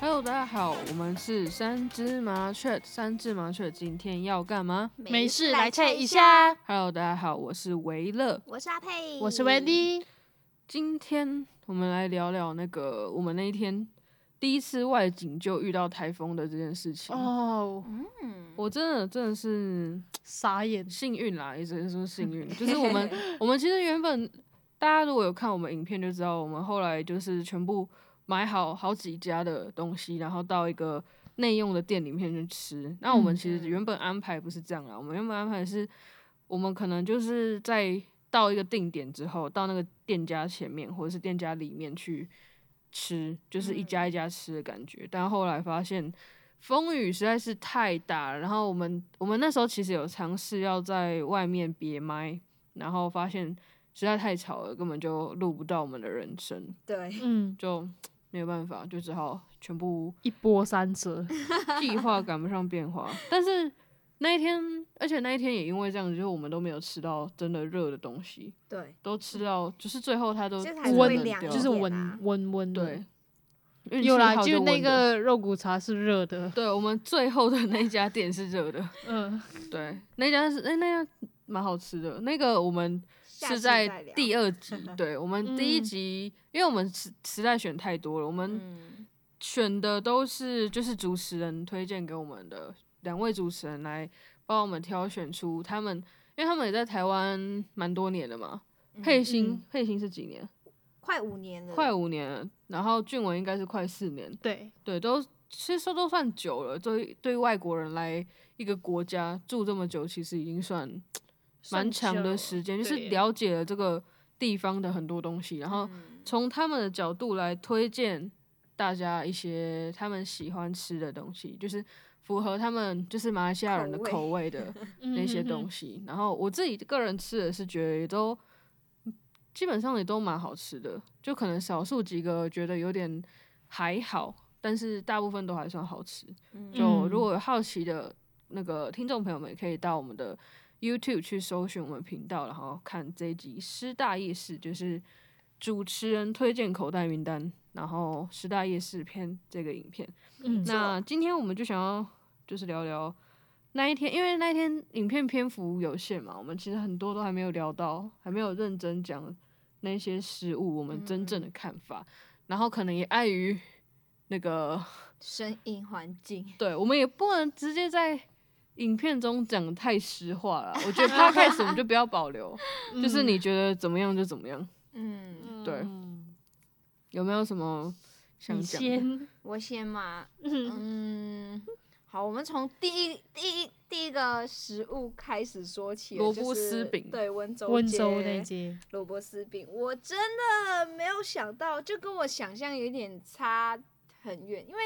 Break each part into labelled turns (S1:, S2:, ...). S1: Hello，大家好，我们是三只麻雀，三只麻雀今天要干嘛
S2: 没事来猜一，下，
S1: ？Hello，大家好，我是维乐，
S3: 我是阿佩，
S2: 我是维。利。
S1: 今天我们来聊聊那个我们那一天第一次外景就遇到台风的这件事情。
S2: 哦，
S3: 嗯，
S1: 我真的真的是
S2: 傻眼，
S1: 幸运啦，也只能说幸 运。就是我们，我们其实原本大家如果有看我们影片就知道，我们后来就是全部买好好几家的东西，然后到一个内用的店里面去吃。那我们
S2: 嗯
S1: 其实原本安排不是这样啦，我们原本安排是，我们可能就是在到一个定点之后，到那个店家前面或者是店家里面去吃，就是一
S3: 嗯
S1: 家一家吃的感觉。但后来发现风雨实在是太大了，然后我们我们那时候其实有尝试要在外面别麦，然后发现实在太吵了，根本就录不到我们的人声，
S3: 对，
S2: 嗯，
S1: 就没有办法，就只好全部
S2: 一波三
S3: 嗯
S2: 折，
S1: 啊计划赶不上变化。但是那一天，而且那一天也因为这样子，就是我们都没有吃到真的热的东西，
S3: 对，
S1: 都吃到就是最后它都
S3: 就是
S1: 温
S3: 还是
S2: 会
S1: 冷
S3: 凉
S1: 掉
S3: 有
S2: 就是
S3: 点
S2: 温
S3: 啊
S2: 温温的
S1: 对，。运气
S2: 有啦，
S1: 好
S2: 就那
S1: 温的，
S2: 个肉骨茶是热的，
S1: 对我们最后的那一家店是热的，
S2: 嗯，
S1: 对，那家是那那家蛮好吃的。那个我们
S3: 下
S1: 是
S3: 次
S1: 在
S3: 再聊
S1: 第二 集，对我们第一
S2: 嗯
S1: 集，因为我们实实在选太多了，我们
S3: 嗯，
S1: 选的都是就是主持人推荐给我们的两位主持人来帮我们挑选出他们，因为他们也在台湾蛮多年的嘛。佩欣
S2: 嗯，
S1: 佩欣是几年？
S3: 快五年了，
S1: 快五年了，然后俊文应该是快四年，
S2: 对，
S1: 对，都其实说都算久了。对，对外国人来一个国家住这么久，其实已经算蛮长的时间，就是
S2: 对
S1: 了解了这个地方的很多东西，然后
S3: 嗯
S1: 从他们的角度来推荐大家一些他们喜欢吃的东西，就是符合他们就是马来西亚人的
S3: 口味
S1: 口味 的那
S2: 那
S1: 些东
S2: 西，
S1: 西。然后我自己个人吃的是觉得也都基本上也都蛮好吃的，就可能少数几个觉得有点还好，但是大部分都还算好吃。
S3: 嗯
S1: 就如
S2: 嗯
S1: 果有好奇的那个听众朋友们，也可以到我们的 YouTube 去搜寻我们频道，然后看这一集师大夜市，就是主持人推荐口袋名单，然后师大夜市篇这个影片。
S2: 嗯
S3: 没错
S1: 那今天我们就想要就是聊聊那一天，因为那一天影片篇幅有限嘛，我们其实很多都还没有聊到，还没有认真讲那些食物我们真正
S3: 嗯
S1: 的看法，然后可能也碍于那个。
S3: 声音环境，
S1: 对，我们也不能直接在影片中讲太实话了。我 觉得 podcast 我们就不要保留，就是你觉得怎么样就怎么样。
S3: 嗯，
S1: 对
S2: 嗯
S1: 有没有什么想
S2: 你
S1: 讲的？
S2: 先，
S3: 我先嘛，
S2: 嗯
S3: 嗯，好，我们从第一第一第一个食物开始说起，
S1: 萝
S3: 就
S1: 卜
S3: 是
S1: 丝饼
S3: 对，温州
S2: 温州
S3: 街
S2: 那街，
S3: 萝卜丝饼，我真的没有想到，就跟我想象有点差很远，因为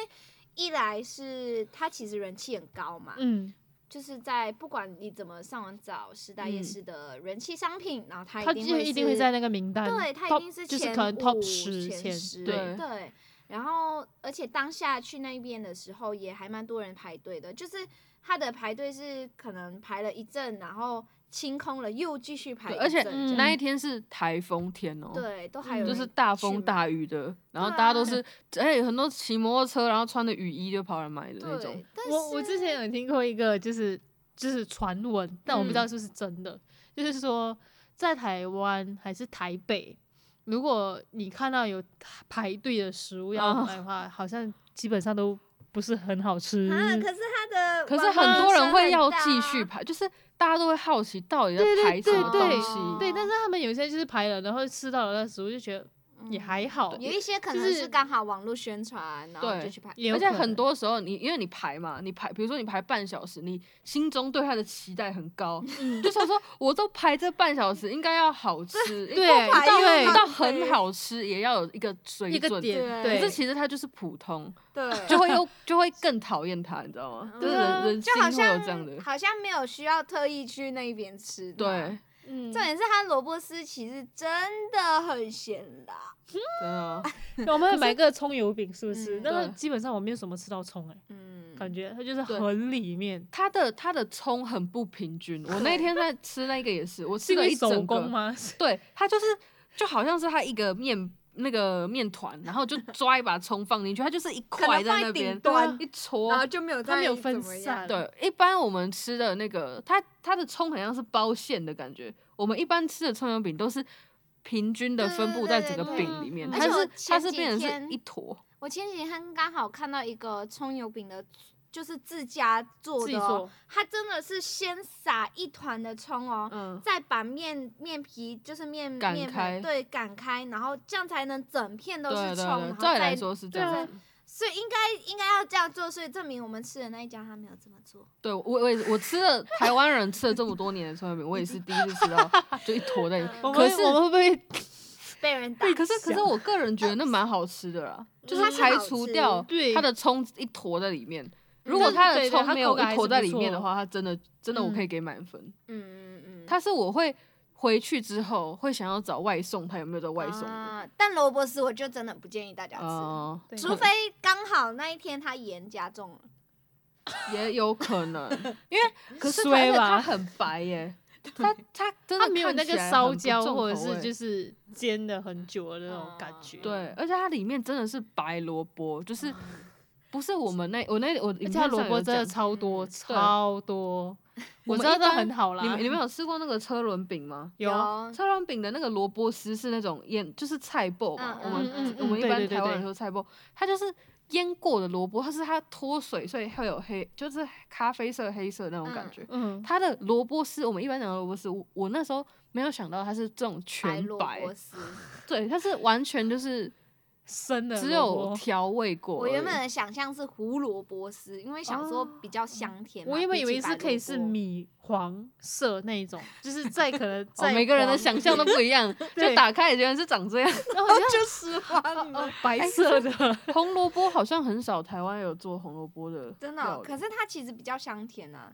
S3: 一来是它其实人气很高嘛，
S2: 嗯，
S3: 就是在不管你怎么上网找时代夜
S1: 嗯
S3: 市的人气商品，然后它
S2: 他
S3: 一
S2: 就
S3: 定
S2: 一定会
S3: 是
S2: 在那个名单，
S3: 对，它
S2: top-
S3: 一定是
S2: 就
S3: 前
S2: 是可能
S3: 五
S2: top 十
S3: 前
S2: 前，
S1: 对
S3: 对。然后，而且当下去那边的时候，也还蛮多人排队的。就是他的排队是可能排了一阵，然后清空了，又继续排
S1: 对
S3: 一
S1: 而且嗯
S3: 阵这样，
S1: 那一天是台风天哦、
S3: 对，都还有
S2: 嗯
S1: 就
S3: 人
S1: 是大
S3: 去
S1: 风
S3: 买
S1: 大雨的，然后
S3: 对
S1: 大
S3: 啊
S1: 家都是，哎、很多骑摩托车，然后穿着雨衣就跑来买的那种
S3: 对，，但
S2: 我我之
S3: 是
S2: 前有听过一个，就是就是传闻，但我不知道是不是真的，就是说在台湾还是台北，如果你看到有排队的食物要
S1: 啊
S2: 买的话，好像基本上都不是很好吃。
S3: 啊，可是他的
S1: 可是
S3: 网
S1: 很
S3: 红
S1: 多人
S3: 声
S1: 会
S3: 很
S1: 要
S3: 大
S1: 继续
S3: 啊，
S1: 排，就是大家都会好奇到底在
S2: 对对
S1: 排什么
S2: 对
S1: 东
S2: 对
S1: 西。
S2: 对，但是他们有些就是排了，然后吃到了那食物就觉得也
S3: 嗯
S2: 还好，
S3: 有一些可
S2: 就
S3: 能是
S2: 是
S3: 刚好网络宣传，然后
S1: 对
S3: 就去排。
S2: 也有
S1: 而且
S2: 可
S1: 很
S2: 能
S1: 多时候你，因为你排嘛，你排，比如说你排半小时，你心中对它的期待很高，
S2: 嗯
S1: 就想 说我都排这半小时，应该要好吃，应该
S2: 对
S3: 不排又
S1: 不
S3: 浪
S2: 对
S1: 到
S3: 费
S1: 很好吃，也要有一个水
S2: 一
S1: 准
S2: 个。点
S3: 对
S1: 可
S2: 对，
S1: 是其实它就是普通，
S3: 对，
S1: 就会又就会更讨厌它，你知道吗？就是
S3: 对
S2: 啊
S1: 人人
S3: 就
S1: 心
S3: 好
S1: 会有
S3: 像
S1: 这样的，
S3: 好像没有需要特意去那一边吃它。
S1: 对，
S2: 嗯
S3: 重点是它萝卜丝其实真的很咸辣。
S1: 真的。
S2: 我们买个葱油饼是不是
S3: 嗯？
S2: 但是
S1: 对
S2: 基本上我没有什么吃到葱哎，
S3: 嗯，
S2: 感觉它就是
S1: 对
S2: 很里面。
S1: 它的它的葱很不平均，我那天在吃那个也是，我
S2: 是
S1: 吃
S2: 因
S1: 了
S2: 为
S1: 一
S2: 手
S1: 整个
S2: 工，吗？
S1: 对，它就是就好像是它一个面那个面团，然后就抓一把葱放进去，它就是一块在那边
S3: 可能放在顶端
S1: 一戳
S3: 然。后就没有
S2: 它
S3: 再
S2: 没有
S3: 怎
S2: 分
S3: 么样
S2: 散
S1: 对，一般我们吃的那个，它它的葱很像是包馅的感觉。我们一般吃的葱油饼都是平均的分布在整个
S3: 对
S2: 对对
S1: 饼里面，
S2: 对
S1: 它
S3: 而且我
S1: 是它
S3: 前
S1: 是
S3: 几
S1: 变成
S3: 天
S1: 是一坨。
S3: 我前几天刚好看到一个葱油饼的，就是自家做
S2: 自己
S3: 的、哦
S2: 做，，
S3: 它真的是先撒一团的葱哦，
S1: 嗯，
S3: 再把面面皮就是面
S1: 擀
S3: 面
S1: 开
S3: 粉对擀开，然后这样才能整片都
S1: 对
S3: 是
S1: 对
S3: 葱，
S1: 对，
S3: 然
S1: 照理来
S3: 后再
S1: 说是这
S2: 对
S1: 样
S2: 啊
S1: 子。
S3: 所以应该应该要这样做，所以证明我们吃的那一家他没有这么做。
S1: 对我我也是我吃了台湾人吃了这么多年的葱油饼，我也是第一次吃到就一坨 在里面。
S2: 我
S1: 可
S2: 们
S1: 是
S2: 我们会不会
S3: 被人打
S1: 对，哎可是可是
S3: 笑
S1: 我个人 觉得那蛮好吃的啦，就
S3: 嗯它
S1: 是
S3: 是
S1: 排
S3: 好
S1: 除
S3: 吃
S1: 掉
S2: 对嗯
S1: 它的葱一坨在里面。如果它的
S2: 对对
S1: 葱
S2: 它
S1: 没
S2: 口
S1: 有
S2: 感
S1: 一
S2: 还
S1: 坨
S2: 是
S1: 在
S2: 不
S1: 里面的
S2: 错
S1: 话，它真的真的我可以
S2: 嗯
S1: 给满分。
S3: 嗯嗯嗯，
S1: 它是我会回去之后会想要找外送，它有没有在外送的？
S3: 啊，但萝卜丝我就真的不建议大家吃，
S1: 哦，
S2: 对
S3: 除非刚好那一天他盐加重了。
S1: 也有可 能，因 为可是它而
S2: 衰
S1: 且它
S2: 吧
S1: 很白耶，它它真的
S2: 它没有
S1: 看
S2: 那
S1: 起
S2: 个
S1: 来很
S2: 烧
S1: 不
S2: 焦
S1: 重
S2: 或者
S1: 口
S2: 是
S1: 味
S2: 就是煎的很久的那种感觉，
S1: 对，而且它里面真的是白萝卜，就是不是我们那我那我
S2: 嗯而
S1: 影
S2: 且它
S1: 片
S2: 萝
S1: 上
S2: 卜
S1: 有
S2: 真的
S1: 讲。
S2: 超多
S3: 嗯
S2: 超多，
S1: 我
S2: 我
S1: 们
S2: 知道
S1: 一
S2: 那
S1: 般
S2: 很好啦。
S1: 你们你们有吃过那个车轮饼吗？
S2: 有啊
S3: 嗯
S1: 车轮饼的那个萝卜丝是那种腌，就是菜爆嘛。
S3: 嗯
S1: 我们、
S2: 嗯嗯
S1: 我们
S2: 嗯
S1: 一
S2: 对
S1: 般
S2: 对对
S1: 台湾人
S2: 对
S1: 说菜爆，它就是腌过的萝卜，它是它脱水，所以会有黑，就是咖啡色、黑色那种感
S3: 嗯
S1: 觉。
S2: 嗯，
S1: 它的萝卜丝，我们一般讲的萝卜丝，我我那时候没有想到它是这种
S3: 白
S1: 全
S3: 萝
S1: 白，
S3: 卜 丝，
S1: 对，它是完全就是
S2: 生的
S1: 只
S2: 萝
S1: 有
S2: 卜
S1: 调味过而
S3: 我
S1: 已。哦
S3: 原本的想象是胡萝卜丝，因为想说比较香甜嘛。
S2: 啊我原本
S3: 比
S2: 以
S3: 起
S2: 为
S3: 白
S2: 是可以是
S3: 萝卜，
S2: 米黄色那一种，就是在可能
S1: 哦，
S2: 在
S1: 每个人的
S2: 黄
S1: 想象都不一样， 就
S2: 对
S1: 打开也原来是长这样。
S2: 然后好像
S3: 就是欢
S2: 哦 白色的，
S1: 红萝卜好像很少台湾有做红萝卜的料理，
S3: 真的哦、可是它其实比较香甜啊，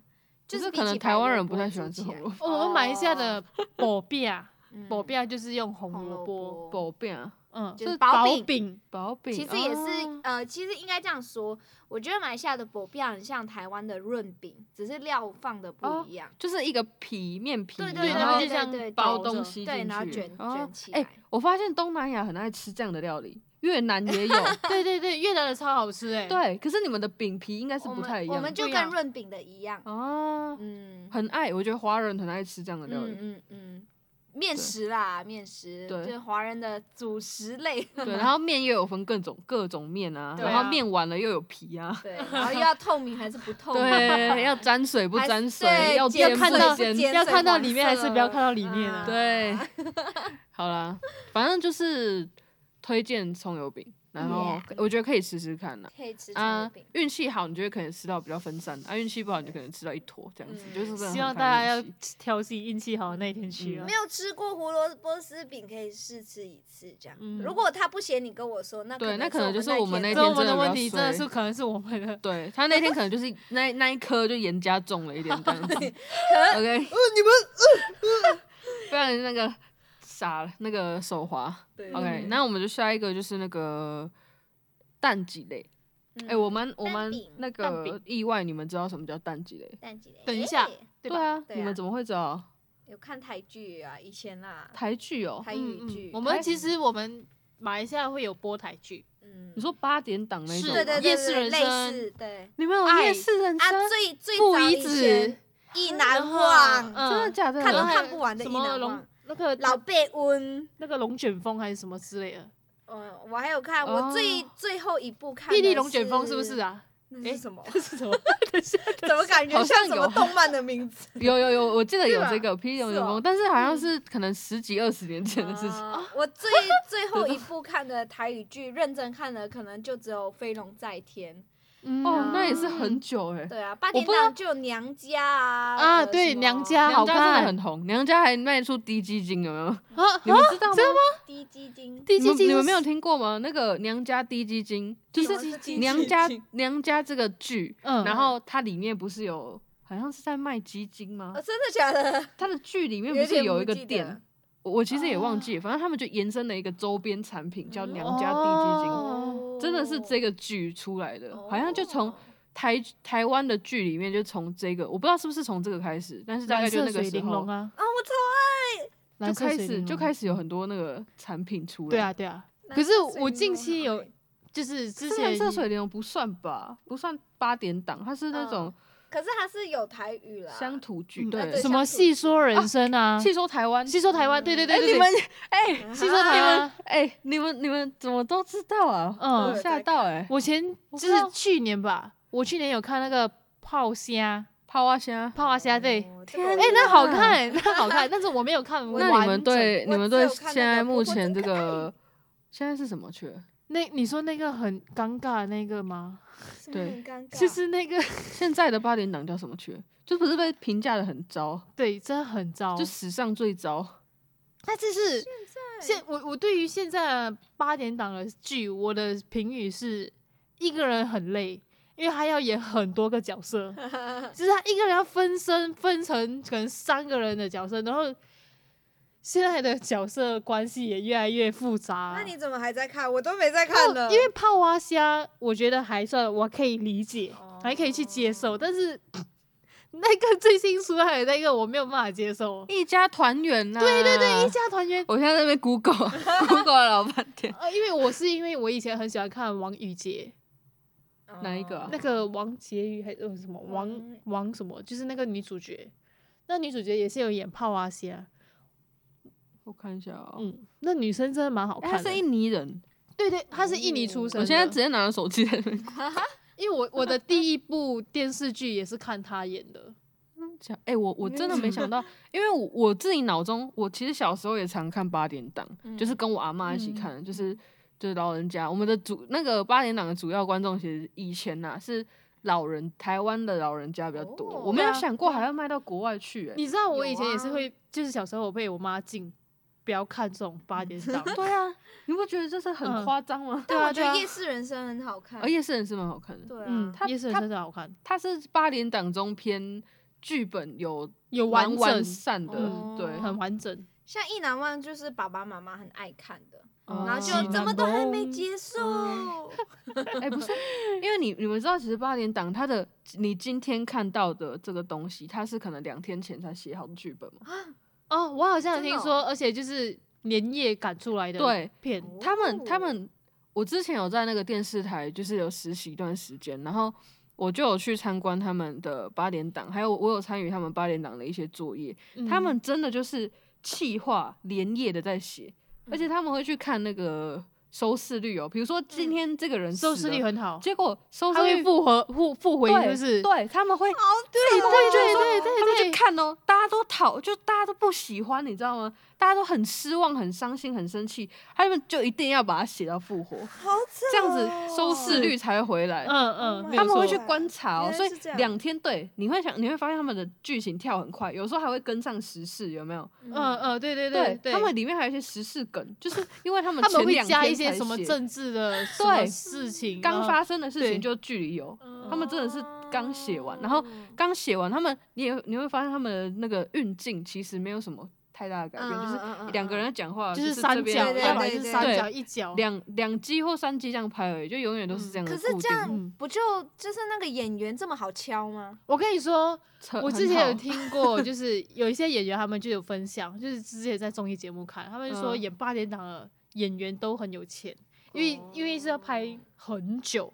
S3: 就
S1: 就是
S3: 是
S1: 可能台湾人不太喜欢吃红萝
S3: 卜
S1: 卜。
S2: 我们马来西亚的薄饼啊，
S3: 嗯
S2: 薄饼啊就是用红
S3: 红
S2: 萝
S3: 萝
S2: 卜，
S3: 卜。
S1: 薄饼啊，
S2: 嗯，
S3: 就是薄
S2: 薄
S3: 饼
S2: 饼，
S1: 薄饼
S3: 其实也是、
S1: 啊
S3: 呃，其实应该这样说，我觉得马来西亚的薄饼很像台湾的润饼，只是料放的
S2: 哦
S3: 不一样。
S1: 就是一个皮面皮，
S3: 对对
S2: 对，
S1: 然
S2: 他
S1: 后
S2: 们就
S3: 对
S2: 这样
S3: 对
S1: 包
S2: 着
S1: 东西进去，
S3: 对然后卷
S2: 哦
S1: 啊
S3: 卷起
S1: 哎
S3: 来
S1: 我发现东南亚很爱吃这样的料理，越南也有，
S2: 对对对，越南的超好吃 哎、，
S1: 对。可是你们的饼皮应该是
S3: 我
S1: 不
S3: 们
S1: 太一
S3: 我
S1: 样
S3: 们就
S2: 不一样
S3: 跟润饼的一样，
S1: 啊，
S3: 嗯，
S1: 很爱，我觉得华人很爱吃这样的料
S3: 嗯
S1: 理。
S3: 嗯嗯，面食啦，面食，
S1: 对
S3: 就是华人的主食 类，
S1: 对，然后面又有分各种各种面啊，
S2: 对啊
S1: 然后面完了又有皮啊，
S3: 对，然后又要透明还是不透明？
S1: 哦 对， 要沾水不
S3: 还是
S1: 沾水，
S3: 对
S1: 要
S3: 尖
S1: 煎
S2: 看
S1: 不
S2: 到
S1: 煎
S3: 尖
S2: 要
S3: 水
S2: 看到
S3: 黄嗯
S2: 里面还是不要看到里面
S3: 色
S2: 啊？
S1: 对，好啦，反正就是推荐葱油饼，然后
S3: Yeah
S1: 我觉得可以试试看啦。
S3: 可以吃葱油
S1: 啊
S3: 饼，，
S1: 运气好你就会可能吃到比较分散的，啊，运气不好你就可能吃到一坨这样子，
S3: 嗯
S1: 就是真的很
S2: 希望
S1: 看
S2: 大家要
S1: 运气
S2: 挑自己运气好的那一天去啊
S3: 没。有吃过胡萝卜丝饼，可以试吃一次这样。
S2: 嗯
S3: 如果他不嫌你跟我说，那
S1: 对那可
S3: 可
S1: 能
S3: 能
S1: 就是
S3: 我
S1: 我们那
S3: 那
S2: 所以我
S1: 天真的
S2: 们的
S1: 比较
S2: 问题真的
S1: 衰
S2: 是可能是我们的，
S1: 对他那天可能就是那 那一颗就盐加重了一点这样 子
S3: 呃
S1: ，OK，你们不然那个傻了那个手滑
S3: 对
S1: ，OK，
S2: 嗯
S1: 那我们就下一个就是那个蛋鸡类。
S3: 嗯
S1: 哎、我们我
S3: 蛋
S1: 们
S3: 饼
S1: 那
S2: 蛋
S1: 个
S2: 饼
S1: 意外，你们知道什么叫淡季嘞？
S3: 蛋鸡嘞
S2: 等一下
S3: 哎
S2: 对吧？
S1: 啊，
S3: 对
S1: 你
S3: 啊
S1: 们怎么会知道
S3: 有看台剧啊，以前啦，
S1: 台剧哦、
S3: 台语剧，
S2: 嗯我们其实我们马来西亚会有播台剧，
S3: 嗯
S1: 你说八点档那一
S2: 是
S1: 种吗，
S3: 对对对
S2: 夜市
S3: 对
S2: 人
S3: 类
S2: 生
S3: 似对
S1: 你们有
S2: 爱
S1: 夜市人生，
S3: 啊，最最
S1: 父
S3: 早
S1: 遗
S3: 以前
S1: 子
S3: 意
S2: 然
S3: 难
S2: 后
S3: 忘，
S2: 嗯
S1: 真的假的？
S3: 看都
S2: 然后还有
S3: 看不完的
S2: 什
S3: 一
S2: 么
S3: 难
S2: 龙
S3: 忘
S2: 那个
S3: 老贝温。
S2: 那个龙卷风还是什么之类的，
S3: 嗯，我还有看，
S1: 哦
S3: 我最最后一部看的
S2: 霹雳龙卷风是不是？啊？
S3: 那是什 么？
S2: 这是 什么？等一下，
S3: 怎么感觉
S1: 好像
S3: 像什么
S1: 有
S3: 动漫的名 字？
S1: 有有有，我记得有
S3: 吧
S1: 这个《霹雳龙
S3: 是
S1: 卷
S3: 哦
S1: 风》，但是好像是可能十几二十年前的事情。
S3: 啊我 最最后一部看的台语剧，认真看的可能就只有《飞龙在天》。
S1: 哦，那也是
S2: 嗯
S1: 很久哎、
S3: 对啊，八
S1: 不
S3: 点
S1: 知道
S3: 档就有娘家啊。
S2: 啊
S3: 呃
S2: 对
S3: 什么
S2: 娘家
S1: 娘
S2: 好
S1: 家真的
S2: 看
S1: 很红，娘家还卖出低基金，有没有？
S2: 啊
S1: 你们知道吗？
S3: 低基金。
S2: 低
S1: 你
S2: 基
S1: 们
S2: 金
S1: 你们没有听过吗？那个娘家低基金，就
S3: 什
S1: 是
S3: 么是低
S1: 娘
S3: 基
S1: 家
S3: 金
S1: 娘家这个剧，
S2: 嗯
S1: 然后它里面不是有好像是在卖基金吗
S3: 啊，？真的假的？
S1: 它的剧里面
S3: 有
S1: 不是
S3: 点
S1: 有
S3: 不
S1: 一个
S3: 记得
S1: 店，我我其实也忘
S2: 哦
S1: 记了，反正他们就延伸了一个周边产品叫娘家低基金，
S2: 嗯哦
S1: 真的是这
S3: 个，
S1: 个剧出来的，
S3: 哦
S1: 好像就从
S3: 啊
S1: 台台湾的剧里面就从这个，我不知道是不是从这个开始，但是大概
S2: 蓝
S1: 就
S2: 色
S1: 那个
S2: 水
S1: 时
S2: 玲珑
S1: 候
S2: 啊，
S3: 啊，我操！
S1: 就
S2: 蓝色
S1: 开
S2: 水玲
S1: 始
S2: 珑
S1: 就开始有很多那个产品出来，
S2: 对啊对啊，
S3: 蓝
S2: 可是
S3: 色水
S2: 我
S3: 玲
S2: 近
S3: 珑
S2: 期
S3: 很
S2: 有
S3: 好欸看
S2: 就是之
S1: 是
S2: 前嗯
S1: 蓝色水玲珑不算吧？不算八点档，它是那种
S3: 可是它是有台语啦，
S1: 乡土剧，
S2: 嗯
S3: 啊
S1: 对
S3: 对，
S2: 什么
S3: 乡土
S2: 戏说人生啊，
S1: 戏说台湾，
S2: 戏说台湾，对对
S1: 哎
S2: 对对
S1: 你
S2: 对
S1: 们，哎
S3: 嗯
S2: 戏说台湾，
S1: 哎你们你们怎么都知道啊？
S2: 嗯
S1: 我吓到哎，
S2: 我前
S1: 我
S2: 就
S1: 不知道
S2: 是去年吧，我去年有看那个泡虾，
S1: 泡蛙虾，
S2: 泡虾对，
S3: 哦这
S1: 天
S3: 个我
S2: 哎、
S1: 哪
S2: 那好看，那好看，但是我没有看完整。
S1: 啊 那你们对
S3: 我
S1: 你们
S3: 只有
S1: 对
S3: 看那
S1: 现在
S3: 个
S1: 目
S3: 波波
S1: 前
S3: 真
S1: 这
S3: 可爱
S1: 个现在是什么去了？
S2: 那你说那个很尴尬的那个吗？
S3: 什么
S1: 对
S3: 很尴尬，
S2: 就是那个
S1: 现在的八点档叫什么去了？就不是被评价的很糟，
S2: 对，真的很糟。
S1: 就史上最糟。
S2: 但这是
S3: 现
S2: 现我我对于现在的八点档的剧，我的评语是一个人很累，因为他要演很多个 角色，就是他一个人要分身分成可能三个人的角色，然后现在的角色关系也越来越复杂。
S3: 那你怎么还在看？我都没在
S2: 泡
S3: 看
S1: 哦
S3: 了，
S2: 因为泡蛙虾，我觉得还算我可以理解，
S3: 哦
S2: 还可以去接受，但是那个最新出来的那个我没有办法接受。
S1: 一家团圆呐、对对对
S2: 一家团圆，
S1: 我现在在那边 Google Google 了老半天。
S2: 呃，因为我是因为我以前很喜欢看王宇杰，
S3: 哦
S1: 哪一个啊
S2: 那个王洁宇还是呃什么王
S3: 王
S2: 王什么，就是那个女主角，那女主角也是有演泡蛙虾，
S1: 我看一下哦、
S2: 嗯，那女生真的蛮好
S1: 哎他
S2: 看的。
S1: 是印尼人，
S2: 对对，她是印尼出生的。
S1: 我现在直接拿着手机在那边看。
S2: 因为我我的第一部电视剧也是看她演的，
S1: 讲哎、我我真的没
S2: 嗯
S1: 想到，因为我我自己脑中，我其实小时候也常看八点档、
S3: 嗯
S1: 就是跟我阿妈一起
S2: 嗯
S1: 看，就是就是老人家。我们的主那个八点档的主要观众，其实以前呐、是老人，台湾的老人家比较多。
S3: 哦
S1: 我没有
S2: 对啊
S1: 想过还要卖到国外去、哎，。
S2: 你知道我以
S3: 有
S2: 前也
S3: 啊
S2: 是会，就是小时候我被我妈禁，不要看这种八点档
S1: 对啊， 你不觉得这是很
S2: 嗯
S1: 夸张吗？
S2: 对
S3: 但我
S2: 啊，
S3: 觉
S2: 对
S3: 得
S2: 啊
S3: 《夜市人生》很好看
S1: 而，哦夜市人是蛮好看的，
S3: 对
S2: 嗯
S3: 啊，，
S1: 它
S2: 夜市人
S1: 它
S2: 生真的好看，
S1: 它是八点档中偏剧本有
S2: 有
S1: 蛮
S2: 完
S1: 完
S2: 整，
S1: 善的，
S2: 嗯
S1: 对，
S2: 很完整。
S3: 像《意难忘》就是爸爸妈妈很爱看的，
S1: 哦
S3: 然后
S1: 意
S3: 就
S1: 难
S3: 怎么都还没结
S2: 嗯
S3: 束，
S1: 哎、不是，因为你你们知道，其实八点档它的你今天看到的这个东西，它是可能两天前才写好的剧本嘛。
S2: 哦，我好像有
S3: 真的
S2: 听
S3: 哦
S2: 说，而且就是连夜赶出来的
S1: 对
S2: 片，
S1: 他们他
S3: 哦
S1: 们，我之前有在那个电视台就是有实习一段时间，然后我就有去参观他们的八点档，还有我有参与他们八点档的一些作业，
S2: 嗯
S1: 他们真的就是气化连夜的在写，而且
S3: 嗯
S1: 他们会去看那个收视率哦，比如说今天这个人
S2: 嗯收
S1: 死
S2: 视
S1: 了
S2: 率很好，
S1: 结果收视
S2: 他会
S1: 率
S2: 复合复复回，
S1: 对
S2: 就是
S1: 对，他们会对对
S3: 对
S2: 对对
S1: 他们去
S2: 对
S1: 看哦，大家都讨，就大家都不喜欢，你知道吗？大家都很失望、很伤心、很生气，他们就一定要把它写到复活，
S3: 好扯
S1: 这样
S3: 哦
S1: 子收视率才会回来。
S2: 嗯嗯，没有
S1: 他们会
S2: 错
S1: 去观察哦，
S3: 原来
S1: 所以
S3: 是这样
S1: 两天对，你会想你会发现他们的剧情跳很快，有时候还会跟上时事，有没有？
S2: 嗯嗯，对对对，
S1: 他们里面还有一些时事梗，就是因为他们
S2: 他
S1: 前
S2: 们会
S1: 两
S2: 加一
S1: 天
S2: 些
S1: 才
S2: 什么
S1: 写
S2: 政治的什么
S1: 对
S2: 事情，啊
S1: 刚发生的事情
S2: 对
S1: 就剧里有，
S3: 嗯
S1: 他们真的是刚写完然后刚写完，他们你也你会发现他们的那个运镜其实没有什么太大的改变，
S2: 嗯
S1: 就是
S3: 是
S1: 两个人在讲话
S2: 就是
S1: 这
S2: 三
S1: 边
S2: 角，
S3: 对对
S2: 要不
S3: 对
S2: 然就是
S3: 对
S2: 三
S1: 对
S2: 角一角，
S1: 两两机或三机这样拍而已，就永远都是这样的
S3: 可
S1: 固
S3: 是
S1: 定。
S3: 这样
S2: 嗯
S3: 不就就是那个演员这么好敲吗？
S2: 我跟你说，
S1: 扯
S2: 我之前有，
S1: 很好
S2: 听过，就是有一些演员他们就有分享，就是之前在综艺节目看，他们就说
S1: 嗯
S2: 演八点档的演员都很有钱，因为因为是要拍很久，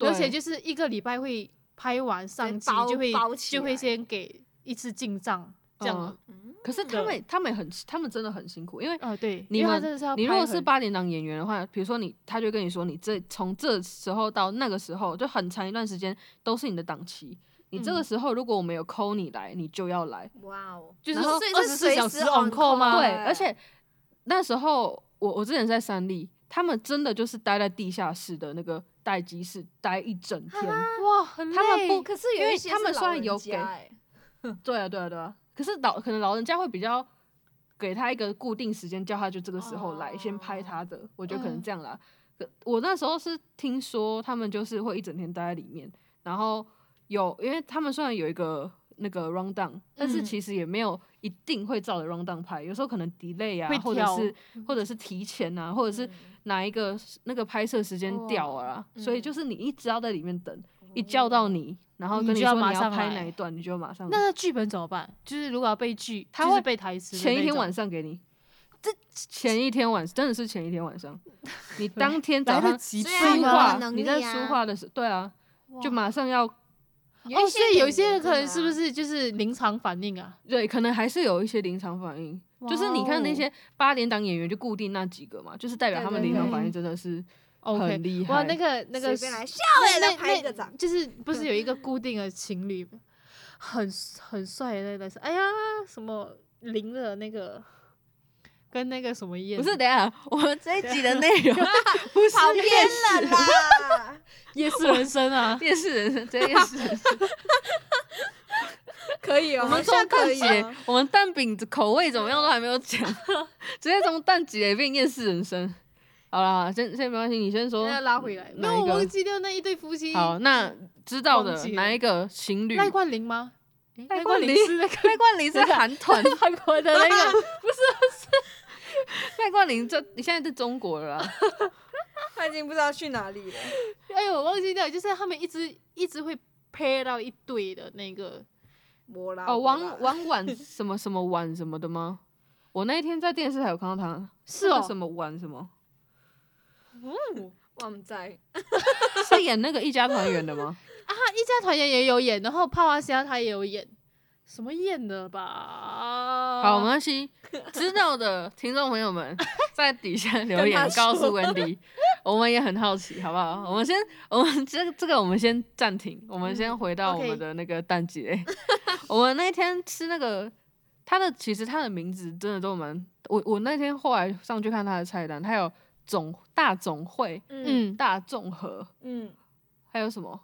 S2: 而且
S1: 哦对
S2: 就是一个礼拜会拍完上集
S3: 包
S2: 就会
S3: 包起
S2: 就会
S3: 来
S2: 先给一次进账这样。
S1: 嗯
S3: 嗯，
S1: 可是他们他们也很他们真的很辛苦，因为
S2: 哦、对，
S1: 嗯你
S2: 因为他
S1: 们
S2: 真的是要
S1: 你
S2: 拍
S1: 如果
S2: 很
S1: 是八点档演员的话，比如说你他就跟你说你这从这时候到那个时候就很长一段时间都是你的档期，你这个
S2: 嗯
S1: 时候如果我没有扣你来，你就要来。
S3: 哇哦，
S2: 就是
S1: 然后
S3: 所以
S2: 二
S3: 是
S2: 十四
S3: 随
S2: 小
S3: 时
S2: 时 on
S3: on
S2: call
S3: call
S2: 吗？
S1: 对，
S3: 对
S1: 而且那时候我我之前在三立，他们真的就是待在地下室的那个待机室待一整天。
S2: 哇，很累。
S1: 他们不
S3: 可是
S1: 因
S3: 有
S1: 为
S3: 一些
S1: 他
S3: 是
S1: 们
S3: 老
S1: 虽然
S3: 人
S1: 有
S3: 家
S1: 给
S3: 哎
S1: 对啊，对啊，对啊。可是老可能老人家会比较给他一个固定时间，叫他就这个时候来、先拍他的，我觉得可能
S2: 哦嗯
S1: 这样啦。可我那时候是听说他们就是会一整天待在里面，然后有因为他们虽然有一个。那个 round down，但是
S3: 嗯
S1: 其实也没有一定会照着 round down 拍，有时候可能 delay 啊
S2: 会，
S1: 或者
S2: 跳嗯
S1: 是或者是提前啊，或者
S3: 嗯
S1: 是哪一个那个拍摄时间掉了啦，
S3: 哇
S1: 所以就是你一直要在里面等，一叫到你，然后跟
S2: 嗯你就
S1: 说
S2: 要
S1: 你
S2: 马
S1: 要
S2: 上
S1: 拍
S2: 来
S1: 哪一段，你就马上
S2: 那那剧本怎么办？就是如果要背剧，
S1: 他
S2: 就是
S1: 会
S2: 背台词的
S1: 前一
S2: 那
S1: 天
S2: 种
S1: 晚上给你，前一天晚真的是前一天晚 上，你当天
S2: 来
S1: 早
S2: 得
S1: 上
S2: 及
S3: 虽然
S1: 书
S2: 飞
S3: 有
S1: 画
S2: 吗？
S3: 能
S1: 你
S3: 力
S1: 在
S3: 啊
S1: 书画的时候，对啊，就马上要
S2: 哦，所以有一些
S3: 啊
S2: 人可能
S1: 啊
S2: 是不
S3: 是？
S2: 是就是临场反应啊？
S1: 对，可能还是有一些临场反应，就是你看
S3: 哦
S1: 那些八点档演员就固定那几个嘛，就是代表
S3: 对
S1: 他们
S3: 对
S1: 临场反
S2: 对
S1: 应真的是
S2: OK，
S1: 很厉害。
S2: 哇，那个那个
S3: 随便来笑
S2: 那
S3: 哎，
S2: 那
S3: 来拍一个
S2: 那
S3: 掌。
S2: 就是不是有一个固定的情侣，很很帅的那个是，哎呀，什么林的那个，跟那个什么燕，
S1: 不是，等一下我们这一集的内容不是
S3: 跑偏
S1: 夜，
S3: 了啦！
S2: 夜市人生啊
S1: 夜市人生，这夜市人生
S3: 可以哦，
S1: 我们
S3: 好
S1: 从
S3: 像可
S1: 蛋
S3: 以
S1: 姐
S3: 哦。，
S1: 我们蛋饼子口味怎么样都还没有讲， 直接从蛋姐变夜市人生。好啦，先先没关系，你先说
S2: 那。拉回来，
S1: 哪
S2: 那我
S1: 一个
S2: 忘记掉那一对夫妻，
S1: 好，那知道的
S2: 忘记了
S1: 哪一个情侣？
S2: 赖冠霖吗？诶
S1: 赖
S2: 赖
S1: 冠
S2: 冠
S1: 霖
S2: 霖是那个
S1: 赖冠霖是韩 团，
S2: 韩国的那 个，
S1: 赖冠霖这你现在在中国了啦，
S3: 他已经不知道去哪里了。
S2: 哎呦，我忘记掉，就是他们一直一直会 pair 到一对的那个，
S3: 我啦，
S1: 哦，
S3: 我啦
S1: 王王婉什么什么婉什么的吗？我那一天在电视台有看到他，
S2: 是
S1: 那
S2: 哦
S1: 个什么婉什么，
S2: 嗯
S3: 旺仔，
S1: 是演那个一家团圆的吗？
S2: 啊，一家团圆也有演，然后帕瓦西亚他也有演，什么演的吧？
S1: 好，
S3: 哦
S1: 没关系，知道的听众朋友 们在底下留
S3: 跟他
S1: 言
S3: 说
S1: 告诉温 迪，我们也很好奇，好不好？我们先，我们这这个我们先暂停，我们先
S2: 嗯
S1: 回到我
S2: OK
S1: 们的那个蛋姐。我们那天吃那个，他的其实他的名字真的都蛮，我我那天后来上去看他的菜单，他有总大总会、
S3: 嗯
S2: 嗯，
S1: 大众和，
S3: 嗯，
S1: 还有什么？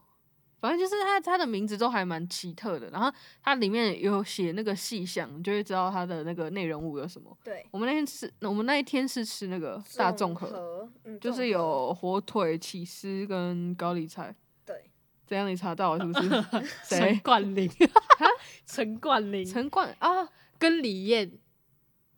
S1: 反正就是他他的名字都还蛮奇特的，然后它里面有写那个细项，你就会知道它的那个内容物有什么。
S3: 对，
S1: 我们那天吃，我们那一天是吃那个大众和，
S3: 合，嗯，
S1: 就是
S3: 综合
S1: 有火腿、起司跟高丽菜。
S3: 对，
S1: 怎样？你查到了是不是？
S2: 陈
S1: 谁？
S2: 冠 霖，陈冠霖
S1: 陈冠啊
S2: 跟李艳，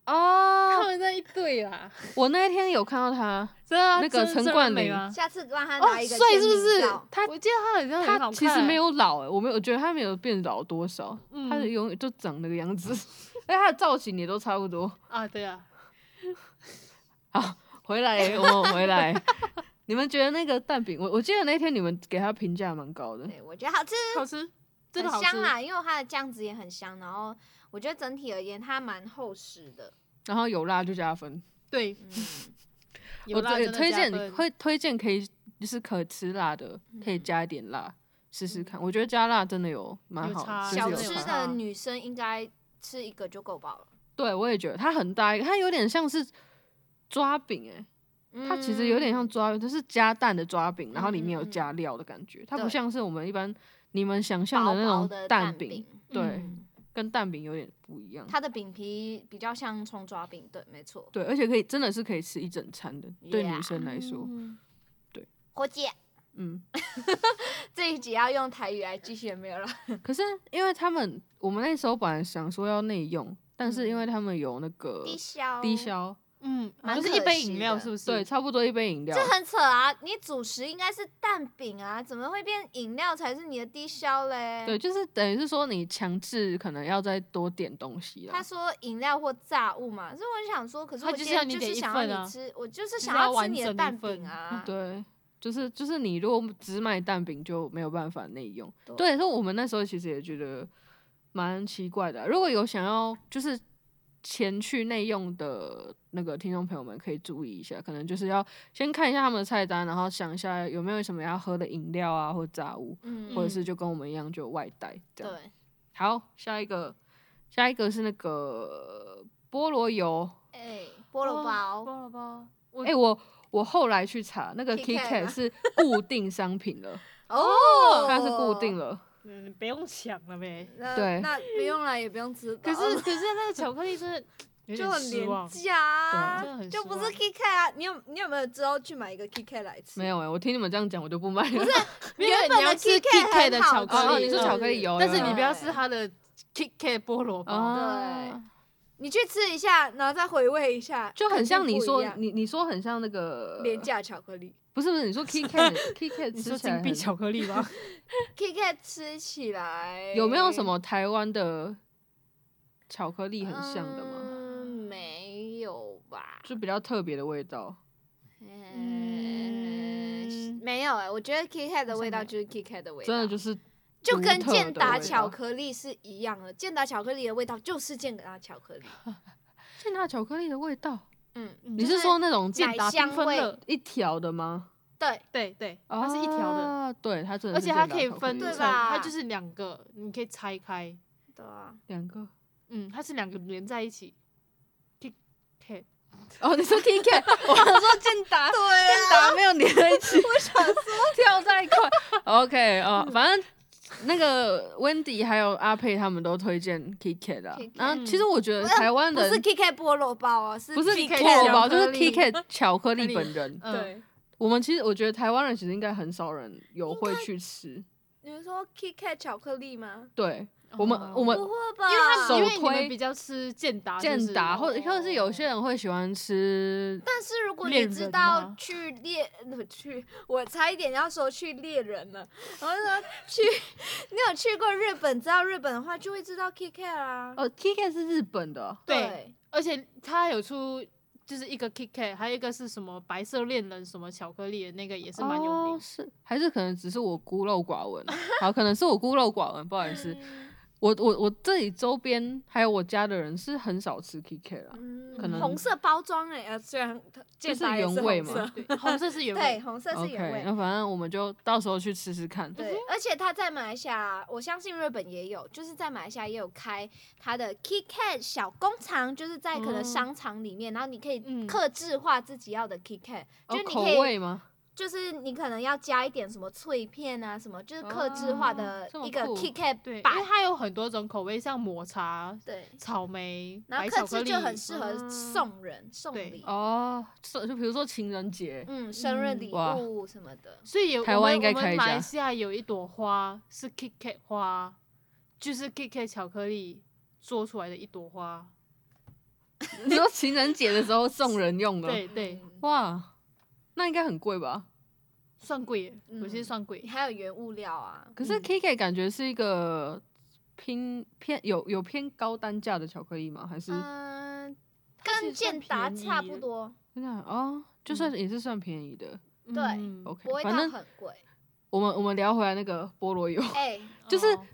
S2: 他
S1: 哦！
S2: 们在一对啊啦，
S1: 我那一天有看到他，
S2: 真的啊
S1: 那个
S2: 真
S1: 陈
S2: 真
S1: 冠
S2: 人美
S1: 霖
S2: 吗？
S3: 下次让他
S2: 哦
S3: 拿一个
S2: 帅
S3: 签
S2: 是不
S3: 名
S2: 是
S3: 照
S1: 他
S2: 我记得他好像很
S1: 他
S2: 好看，欸
S1: 其实没，有老哎、我没有，我觉得他没有变老多少，他
S2: 嗯
S1: 的永远就长那个样子， 而且他的造型也都差不多。
S2: 啊，对啊，
S1: 回 来，我们回来。你们觉得那个蛋饼，我我记得那天你们给他评价蛮高的，
S3: 对我觉得好吃，
S2: 好吃，真的好
S3: 很
S2: 吃，
S3: 香啦，因为它的酱汁也很香，然后我觉得整体而言它蛮厚实的，
S1: 然后有辣就加分。
S2: 对，
S3: 嗯，
S2: 有辣
S1: 我
S2: 真的
S1: 推
S2: 加
S1: 荐
S2: 分
S1: 会推荐可以就是可吃辣的，可以
S3: 嗯
S1: 加一点辣试试看。我觉得加辣真的有蛮
S2: 有
S1: 好就
S2: 差，
S1: 是
S3: 小
S1: 有
S3: 吃
S1: 差
S3: 的女生应该吃一个就够饱了。
S1: 对我也觉得它很大一个，它有点像是抓饼诶、它其实有点像
S3: 嗯
S1: 抓，就是加蛋的抓饼，然后里面有
S3: 嗯嗯嗯
S1: 加料的感觉，它不
S3: 对
S1: 像是我们一般你们想象的那
S3: 薄薄
S1: 种
S3: 的
S1: 蛋
S3: 饼
S1: 饼，，对
S2: 嗯，
S1: 跟蛋饼有点不一样。
S3: 它的饼皮比较像葱抓饼，对，没错。
S1: 对，而且可以真的是可以吃一整餐的，对
S3: Yeah
S1: 女生来说，
S2: 嗯
S3: 火姐
S1: 嗯。
S3: 这一集要用台语来继续没有了，
S1: 可是因为他们，我们那时候本来想说要内用，但是因为他们有那个
S3: 嗯低消
S1: 低，消，
S2: 嗯，
S3: 蛮
S2: 就是
S3: 可
S2: 一杯
S3: 惜
S2: 饮料
S3: 的
S2: 是不是？
S1: 对，，差不多一杯饮料
S3: 这。很扯啊！你主食应该是蛋饼啊，怎么会变饮料才是你的低消嘞？
S1: 对，，就是等于是说你强制可能要再多点东西啦
S3: 他。说饮料或炸物嘛，所以我就想说，可是
S2: 他
S3: 我
S2: 今
S3: 今天
S2: 天就
S3: 就是
S2: 要你
S3: 是
S2: 点一
S3: 想要
S2: 份啊
S3: 你吃，我就是
S2: 是
S3: 想
S2: 要
S3: 吃
S2: 完
S3: 你的
S2: 整一
S3: 蛋
S2: 份
S3: 饼 啊。
S1: 对，就是就是你如果只买蛋饼就没有办法内用。
S3: 对
S1: 对，所以我们那时候其实也觉得蛮奇怪的啊、如果有想要就是前去内用的那个听众朋友们，可以注意一下，可能就是要先看一下他们的菜单，然后想一下有没有什么要喝的饮料啊，或炸物，
S3: 嗯，
S1: 或者是就跟我们一样就外带这样。
S3: 对，
S1: 好，下一个，下一个是那个菠萝油。
S3: 哎，菠萝
S2: 哇
S3: 包，哦
S2: 菠萝包，
S1: 哎、我我后来去查，那个
S3: Kit Kat
S1: KitKat
S3: 吗
S1: 是固定商品了。
S3: 哦
S1: 它是固定了，
S2: 嗯，不用抢了呗。哦
S3: 那
S1: 对
S3: 那不用了，也不用吃
S2: 可
S3: 饱了。
S2: 是可是那个巧克力真的有
S3: 就
S2: 点
S3: 很
S2: 失
S3: 廉
S2: 望，
S3: 价、啊
S1: 对
S2: 真的，很
S3: 就
S2: 失
S3: 不是
S2: 望
S3: KitKat 啊。你有你有没有之后去买一个 KitKat 来吃？
S1: 没有哎、我听你们这样讲，我就不买了。
S2: 原
S3: 原
S2: 本
S3: 本
S2: 你要
S3: 的
S2: 吃
S3: KitKat
S2: KitKat
S3: 很
S2: 的
S3: 好
S2: 巧
S3: 吃
S1: 哦
S2: 克，力
S1: 你说
S2: 嗯
S1: 巧克力有，
S2: 但是
S1: 有
S2: 你
S1: 有
S2: 不
S3: 哦
S2: 要吃它啊的 Kit Kat 菠萝包，
S1: 哦，
S3: 你去吃一下，然后再回味一下，
S1: 就很像
S3: 肯定
S1: 你
S3: 不一
S1: 说
S3: 样
S1: 你你说很像那个
S3: 廉，价巧克力
S1: 不是不是，你说 KitKat KitKat
S2: 你
S1: 吃
S2: 说
S1: 起来
S2: 金币
S1: 很
S2: 巧克力吗？
S3: ，KitKat 吃起来
S1: 有没有什么台湾的巧克力很像的吗？
S3: 嗯，没有吧？
S1: 就比较特别的味道。
S3: 嗯，没有哎、我觉得 Kit Kat 的味道就是 Kit Kat 的味道，
S1: 真的就是
S3: 就
S1: 独
S3: 跟
S1: 特
S3: 健
S1: 的
S3: 达
S1: 味
S3: 巧
S1: 道
S3: 克力是一样的，健达巧克力的味道就是健达巧克力。
S1: 健达巧克力的味道。
S3: 嗯，
S1: 你
S3: 就是
S1: 说那种
S2: 健
S3: 奶
S2: 达
S3: 香
S2: 缤纷
S3: 味
S2: 乐？
S1: 一条的吗？
S3: 对，
S2: 对对，它是一条的，
S1: 啊，对，它真的
S2: 而
S1: 是
S2: 且
S1: 健
S2: 它
S1: 达
S2: 可以
S1: 巧克
S2: 分
S1: 力
S2: 成，
S3: 对
S1: 味
S3: 吧
S2: 它就是两个，你可以拆开，
S3: 对啊，
S1: 两个。
S2: 嗯，它是两个连在一起。Kit Kat
S1: 哦，你说 Kit Kat，我想说健达，
S3: 对啊
S1: 健达没有连在一起，我想说跳在一块。OK，哦，反正。那个 Wendy 还有阿佩他们都推荐 Kit Kat 啊
S3: Kit，Kat
S1: 然后其实我觉得台湾
S3: 不
S1: 人
S3: 是 Kit Kat 菠萝包哦，是
S1: 不是
S3: Kit
S2: Kit
S3: Kat
S1: 菠萝包，
S2: 巧
S1: 就
S2: 克
S1: 是
S2: 力
S1: Kit Kat 巧克力本人。
S2: 嗯
S3: 对，
S1: 我们其实我觉得台湾人其实应该很少人有会去吃，
S3: 你是说 Kit Kat 巧克力吗？
S1: 对我们
S2: 哦
S1: 我们
S3: 不会吧？
S2: 因为它
S1: 手
S2: 因为你们
S1: 推
S2: 比较吃健达，是不是
S1: 健达或者或者是有些
S3: 哦
S1: 人会喜欢吃
S3: 但是如果你
S2: 猎
S3: 知
S2: 人
S3: 道
S2: 吗
S3: 去猎呃去，我差一点要说去猎人了。我是说去， 你有去过日本？知道日本的话，就会知道 Kit Kat 啊。
S1: 呃 Kit Kat 是日本的，
S2: 对，而且它有出就是一个 Kit Kat，还有一个是什么白色恋人什么巧克力的那个也是蛮有
S1: 哦
S2: 名。
S1: 是还是可能只是我孤陋寡闻，好，可能是我孤陋寡闻，不好意 思，
S3: 嗯
S1: 我我我这里周边还有我家的人是很少吃 Kit Kat 啦，
S3: 嗯
S1: 可能
S3: 红色包装哎、呃虽然它健
S1: 是
S3: 达也
S1: 原
S3: 是
S1: 味
S3: 红
S1: 嘛
S3: 色，
S2: 对，红色哦是原味
S3: 对，，红色是
S1: OK，嗯
S3: 原味。
S1: 那反正我们就到时候去吃吃看，哦
S3: 对，而且他在马来西亚，我相信日本也有，就是在马来西亚也有开他的 Kit Kat 小工厂，就是在可
S1: 哦
S3: 能
S2: 嗯
S3: 商场里面，然后你可以
S2: 嗯
S3: 克制化自己要的 Kit Kat，、
S1: 哦
S3: 就你
S1: 口
S3: 可以，
S1: 味吗？
S3: 就是你可能要加一点什么脆片啊，什么就是克制化的
S1: 哦这么
S3: 一个
S1: 酷
S3: Kit Kat
S2: 对，因为
S3: 版，
S2: 它有很多种口味，像抹茶、
S3: 对，
S2: 草莓、
S3: 然
S2: 白
S3: 后克
S2: 巧克
S3: 制
S2: 力
S3: 就很适合
S1: 嗯
S3: 送人、送
S2: 对
S3: 礼，
S1: 哦，是就比如说情人节，
S3: 嗯，生日
S2: 嗯
S3: 礼
S1: 哇
S3: 物什么的，
S2: 所以有
S1: 台
S2: 我
S1: 湾
S2: 们
S1: 应该
S2: 我们
S1: 开一
S2: 马来
S1: 家
S2: 西亚有一朵花是 Kit Kat 花，就是 Kit Kat 巧克力做出来的一朵花。
S1: 你说情人节的时候送人 用的，
S2: 对对，
S3: 嗯
S1: 哇，那应该很贵吧？
S2: 算贵耶，我觉得
S3: 嗯
S2: 算贵。
S3: 还有原物料啊，
S1: 可是 K K 感觉是一个偏偏有有偏高单价的巧克力吗？还是
S3: 嗯，
S2: 它
S3: 跟
S2: 其实算
S3: 健达
S2: 便宜
S3: 差不
S2: 的
S3: 多，
S1: 真的啊哦，就算也是算便宜的。
S3: 对
S2: 嗯
S1: OK，
S3: 嗯不会到
S1: 反正
S3: 很贵。
S1: 我们我们聊回来那个菠萝油，
S3: 哎、
S1: 就是
S2: 哦